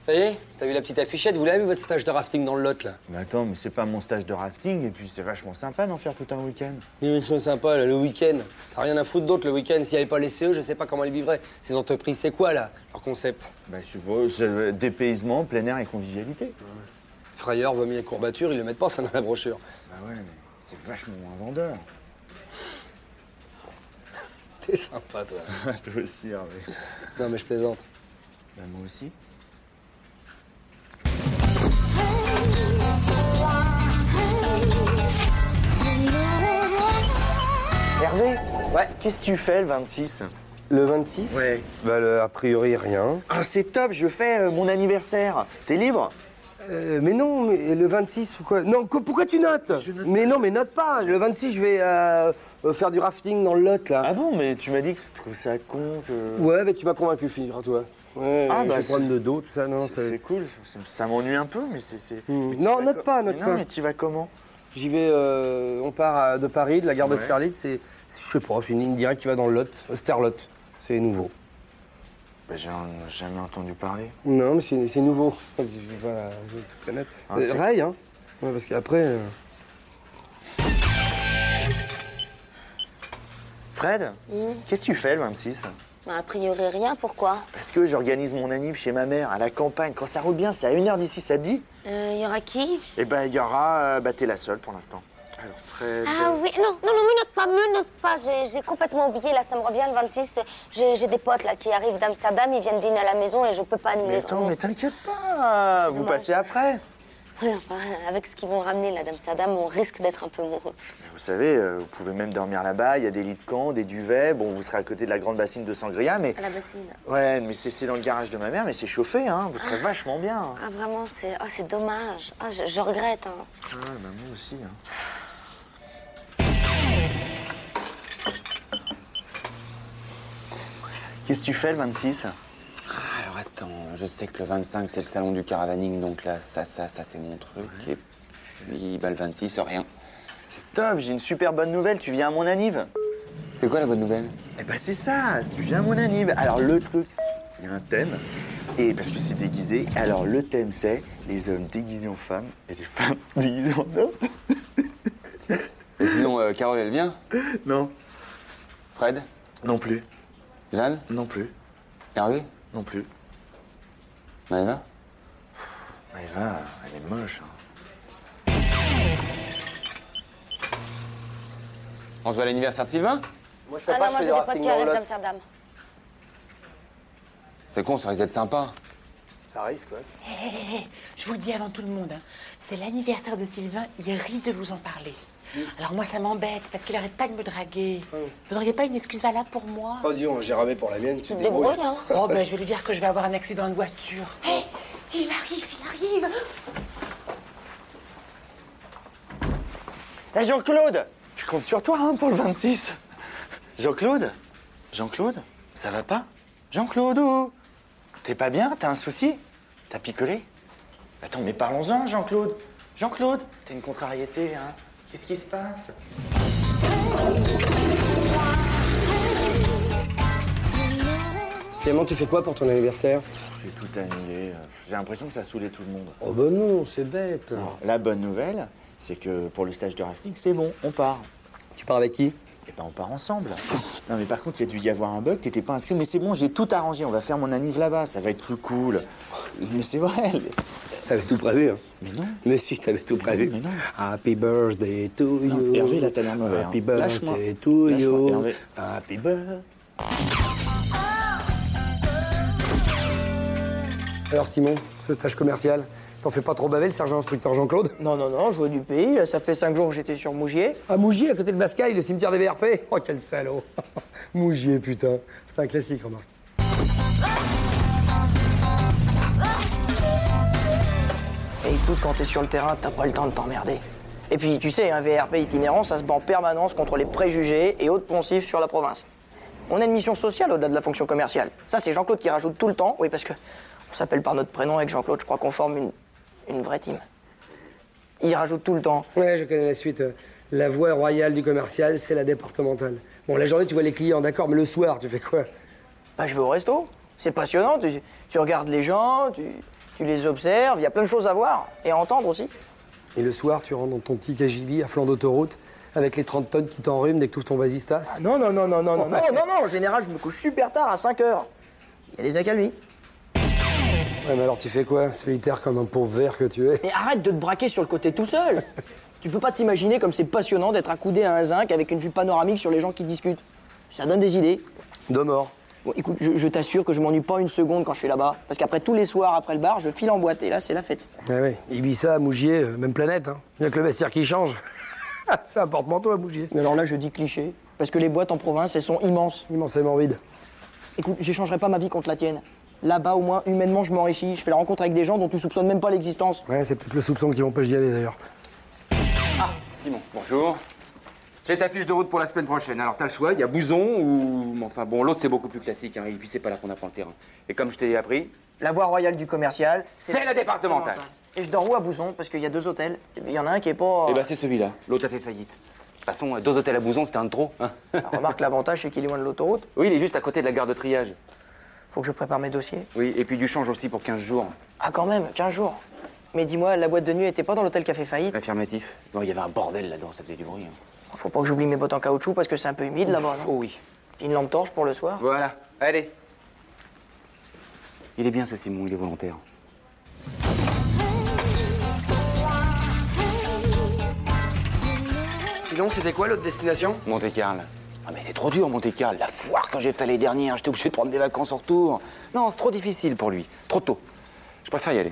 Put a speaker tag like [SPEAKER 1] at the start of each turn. [SPEAKER 1] Ça y est, t'as vu la petite affichette, vous l'avez votre stage de rafting dans le lot là
[SPEAKER 2] Mais attends, mais c'est pas mon stage de rafting et puis c'est vachement sympa d'en faire tout un week-end.
[SPEAKER 1] Il y a une chose sympa, là, le week-end. T'as rien à foutre d'autre le week-end. S'il n'y avait pas les CE, je sais pas comment elles vivraient. Ces entreprises, c'est quoi là Leur concept
[SPEAKER 2] Bah je suppose euh, dépaysement, plein air et convivialité.
[SPEAKER 1] Frayeur, vomi et courbature, ils le mettent pas ça dans la brochure.
[SPEAKER 2] Bah ouais, mais c'est vachement moins vendeur.
[SPEAKER 1] T'es sympa toi.
[SPEAKER 2] Toi aussi, Hervé.
[SPEAKER 1] non mais je plaisante.
[SPEAKER 2] Bah moi aussi. Hervé
[SPEAKER 1] Ouais.
[SPEAKER 2] Qu'est-ce que tu fais le 26
[SPEAKER 1] Le 26
[SPEAKER 2] Ouais.
[SPEAKER 1] Bah a priori rien.
[SPEAKER 2] Ah c'est top, je fais euh, mon anniversaire. T'es libre
[SPEAKER 1] Euh, mais non, mais le 26 ou quoi Non, quoi- pourquoi tu notes Mais non, mais note pas. Le 26, je vais euh, euh, faire du rafting dans le lot là.
[SPEAKER 2] Ah bon, mais tu m'as dit que tu trouvais ça con que...
[SPEAKER 1] Ouais, mais tu m'as convaincu, figure toi. Ouais,
[SPEAKER 2] Ah,
[SPEAKER 1] je
[SPEAKER 2] bah,
[SPEAKER 1] vais
[SPEAKER 2] c'est-
[SPEAKER 1] prendre le dos, tout ça, non,
[SPEAKER 2] C'est
[SPEAKER 1] ça-
[SPEAKER 2] c'est cool, ça, ça m'ennuie un peu, mais c'est. c'est-
[SPEAKER 1] Hmm.
[SPEAKER 2] mais tu
[SPEAKER 1] Non,
[SPEAKER 2] vas
[SPEAKER 1] note
[SPEAKER 2] co-
[SPEAKER 1] pas, note
[SPEAKER 2] Mais non,
[SPEAKER 1] pas.
[SPEAKER 2] mais tu vas comment
[SPEAKER 1] J'y vais, euh, on part à- de Paris, de la gare
[SPEAKER 2] Ouais.
[SPEAKER 1] d'Austerlitz, c'est, je sais pas, c'est une ligne directe qui va dans le Lot, Austerlot, c'est nouveau.
[SPEAKER 2] Bah, j'ai en- jamais entendu parler.
[SPEAKER 1] Non, mais c'est, c'est nouveau, je vais pas je vais tout connaître.
[SPEAKER 2] Ah,
[SPEAKER 1] Euh,
[SPEAKER 2] c'est-
[SPEAKER 1] rail, hein Ouais, parce qu'après... euh,
[SPEAKER 2] Fred, qu'est-ce que tu fais le 26
[SPEAKER 3] A priori rien, pourquoi
[SPEAKER 2] Parce que j'organise mon anniv chez ma mère à la campagne. Quand ça roule bien, c'est à une heure d'ici, ça te dit
[SPEAKER 3] Euh, y aura qui
[SPEAKER 2] Eh ben, il y aura. euh, bah, t'es la seule pour l'instant. Alors, Fred.
[SPEAKER 3] Ah oui, non, non, non, me note pas, me note pas, j'ai j'ai complètement oublié, là, ça me revient le 26, j'ai j'ai des potes, là, qui arrivent d'Amsterdam, ils viennent dîner à la maison et je peux pas annuler.
[SPEAKER 2] Mais attends,
[SPEAKER 3] vraiment,
[SPEAKER 2] mais
[SPEAKER 3] c'est-
[SPEAKER 2] t'inquiète pas, vous
[SPEAKER 3] dommage.
[SPEAKER 2] passez après.
[SPEAKER 3] Oui, enfin, avec ce qu'ils vont ramener, là, d'Amsterdam, on risque d'être un peu moreux.
[SPEAKER 2] Mais Vous savez, euh, vous pouvez même dormir là-bas, il y a des lits de camp, des duvets, bon, vous serez à côté de la grande bassine de Sangria, mais...
[SPEAKER 3] À la bassine.
[SPEAKER 2] Ouais, mais c'est c'est dans le garage de ma mère, mais c'est chauffé, hein, vous serez vachement bien. hein.
[SPEAKER 3] Ah, vraiment, c'est ah, c'est dommage. Ah, je, je regrette, hein.
[SPEAKER 2] Ah, bah moi aussi. Hein. Qu'est-ce que tu fais le 26
[SPEAKER 4] Alors attends, je sais que le 25 c'est le salon du caravaning, donc là ça, ça, ça c'est mon truc. Et puis bah, le 26, rien.
[SPEAKER 2] Top, j'ai une super bonne nouvelle, tu viens à mon anniv
[SPEAKER 4] C'est quoi la bonne nouvelle
[SPEAKER 2] Eh ben c'est ça, tu viens à mon anniv Alors le truc, c'est- il y a un thème, et parce que c'est déguisé, alors le thème c'est les hommes déguisés en femmes et les femmes déguisées en hommes.
[SPEAKER 4] Et sinon, euh, Carole elle vient
[SPEAKER 2] Non,
[SPEAKER 4] Fred
[SPEAKER 2] non plus,
[SPEAKER 4] Jeanne
[SPEAKER 2] non plus,
[SPEAKER 4] Hervé
[SPEAKER 2] non plus.
[SPEAKER 4] Maëva
[SPEAKER 2] Maëva, Ah, elle est moche. hein.
[SPEAKER 4] On se voit à l'anniversaire de Sylvain
[SPEAKER 1] Moi, je
[SPEAKER 3] Ah non, moi, j'ai des potes qui arrivent d'Amsterdam.
[SPEAKER 4] C'est con, ça risque d'être sympa.
[SPEAKER 1] Ça risque, ouais.
[SPEAKER 5] Je vous le dis avant tout le monde, hein, c'est l'anniversaire de Sylvain, il risque de vous en parler. Alors moi ça m'embête parce qu'il arrête pas de me draguer.
[SPEAKER 2] Oh.
[SPEAKER 5] Vous n'auriez pas une excuse à là pour moi
[SPEAKER 1] Oh, dis donc, j'ai ramé pour la mienne, tu te
[SPEAKER 3] Tu te
[SPEAKER 1] débrouilles.
[SPEAKER 3] débrouilles, hein
[SPEAKER 5] Oh ben je vais lui dire que je vais avoir un accident de voiture.
[SPEAKER 3] Il arrive, il arrive
[SPEAKER 2] Eh Jean-Claude Je compte sur toi hein, pour le 26. Jean-Claude Jean-Claude Ça va pas Jean-Claude oh T'es pas bien T'as un souci T'as picolé Attends, mais parlons-en, Jean-Claude Jean-Claude T'as une contrariété, hein Qu'est-ce qui se passe
[SPEAKER 1] Clément, tu fais quoi pour ton anniversaire
[SPEAKER 2] J'ai tout annulé. J'ai l'impression que ça saoulait tout le monde.
[SPEAKER 1] Oh, bah non, c'est bête.
[SPEAKER 2] La bonne nouvelle, c'est que pour le stage de rafting, c'est bon, on part.
[SPEAKER 1] Tu pars avec qui
[SPEAKER 2] Et ben on part ensemble. Non mais par contre, il y a dû y avoir un bug, t'étais pas inscrit, mais c'est bon, j'ai tout arrangé, on va faire mon anniv là-bas, ça va être plus cool. Mais c'est vrai.
[SPEAKER 1] T'avais tout prévu, hein
[SPEAKER 2] Mais non.
[SPEAKER 1] Mais si, t'avais tout prévu.
[SPEAKER 2] mais non.
[SPEAKER 1] Happy birthday to you.
[SPEAKER 2] Non, Hervé, là, t'as l'air mauvais, hein.
[SPEAKER 1] Happy
[SPEAKER 2] Lâche-moi.
[SPEAKER 1] birthday to
[SPEAKER 2] Lâche-moi,
[SPEAKER 1] you.
[SPEAKER 2] Hervé.
[SPEAKER 1] Happy birthday. Alors, Simon, ce stage commercial, T'en fais pas trop baver, le sergent instructeur Jean-Claude
[SPEAKER 6] Non, non, non, je vois du pays. Ça fait cinq jours que j'étais sur Mougier.
[SPEAKER 1] À Mougier, à côté de Bascaille, le cimetière des VRP Oh, quel salaud Mougier, putain. C'est un classique, remarque.
[SPEAKER 6] Et écoute, quand t'es sur le terrain, t'as pas le temps de t'emmerder. Et puis, tu sais, un VRP itinérant, ça se bat en permanence contre les préjugés et autres poncifs sur la province. On a une mission sociale au-delà de la fonction commerciale. Ça, c'est Jean-Claude qui rajoute tout le temps. Oui, parce que on s'appelle par notre prénom avec Jean-Claude, je crois qu'on forme une, une vraie team. Il rajoute tout le temps.
[SPEAKER 1] Ouais, je connais la suite. La voie royale du commercial, c'est la départementale. Bon, la journée, tu vois les clients, d'accord, mais le soir, tu fais quoi
[SPEAKER 6] Bah, je vais au resto. C'est passionnant. Tu, tu regardes les gens, tu, tu les observes. Il y a plein de choses à voir et à entendre aussi.
[SPEAKER 1] Et le soir, tu rentres dans ton petit cagibi à flanc d'autoroute avec les 30 tonnes qui t'enrhument dès que tu ouvres ton vasistas.
[SPEAKER 6] Ah, Non, non, non, non, non, non,
[SPEAKER 1] Ouais.
[SPEAKER 6] non, non, en général, je me couche super tard à 5 heures. Il y a des accalmies.
[SPEAKER 1] Ouais, mais alors tu fais quoi Solitaire comme un pauvre verre que tu es.
[SPEAKER 6] Mais arrête de te braquer sur le côté tout seul. tu peux pas t'imaginer comme c'est passionnant d'être accoudé à un zinc avec une vue panoramique sur les gens qui discutent. Ça donne des idées.
[SPEAKER 1] Deux morts.
[SPEAKER 6] Bon, écoute, je, je t'assure que je m'ennuie pas une seconde quand je suis là-bas. Parce qu'après, tous les soirs, après le bar, je file en boîte et là, c'est la fête.
[SPEAKER 1] Ouais, ouais. Ibiza, Mougier, euh, même planète. Hein. Il y a que le vestiaire qui change. C'est un porte-manteau à Mougier.
[SPEAKER 6] Mais alors là, je dis cliché. Parce que les boîtes en province, elles sont immenses.
[SPEAKER 1] Immensément vide.
[SPEAKER 6] Écoute, j'échangerai pas ma vie contre la tienne. Là-bas, au moins, humainement, je m'enrichis. Je fais la rencontre avec des gens dont tu soupçonnes même pas l'existence.
[SPEAKER 1] Ouais, c'est peut-être le soupçon qui m'empêche d'y aller d'ailleurs.
[SPEAKER 4] Simon,
[SPEAKER 7] Bonjour. J'ai ta fiche de route pour la semaine prochaine. Alors, t'as le choix, il y a Bouzon ou. Enfin, bon, l'autre, c'est beaucoup plus classique, hein, et puis c'est pas là qu'on apprend le terrain. Et comme je t'ai appris,
[SPEAKER 6] La voie royale du commercial.
[SPEAKER 7] c'est la départementale.
[SPEAKER 6] Et je dors où à Bouzon Parce qu'il y a deux hôtels. Il y en a un qui est pas.
[SPEAKER 7] Eh ben, c'est celui-là. L'autre a fait faillite. De toute façon, euh, deux hôtels à Bouzon, c'était un de trop. hein.
[SPEAKER 6] Remarque, l'avantage, c'est qu'il est loin de l'autoroute.
[SPEAKER 7] oui, il est juste à côté de la gare de triage.
[SPEAKER 6] Faut que je prépare mes dossiers.
[SPEAKER 7] Oui, et puis du change aussi pour 15 jours.
[SPEAKER 6] Ah, quand même, 15 jours. Mais dis-moi, la boîte de nuit était pas dans l'hôtel qui a fait faillite
[SPEAKER 7] Affirmatif. Bon, il y avait un bordel là-dedans, ça faisait du bruit. hein.
[SPEAKER 6] Faut pas que j'oublie mes bottes en caoutchouc parce que c'est un peu humide là-bas. non
[SPEAKER 7] Oh oui.
[SPEAKER 6] Une lampe torche pour le soir.
[SPEAKER 7] Voilà. Allez. Il est bien ce Simon, il est volontaire.
[SPEAKER 1] Sinon, c'était quoi l'autre destination
[SPEAKER 7] Monte-Carlo. Ah mais c'est trop dur Monte-Carlo, la foire que j'ai fait les dernières, j'étais obligé de prendre des vacances en retour. Non, c'est trop difficile pour lui, trop tôt. Je préfère y aller.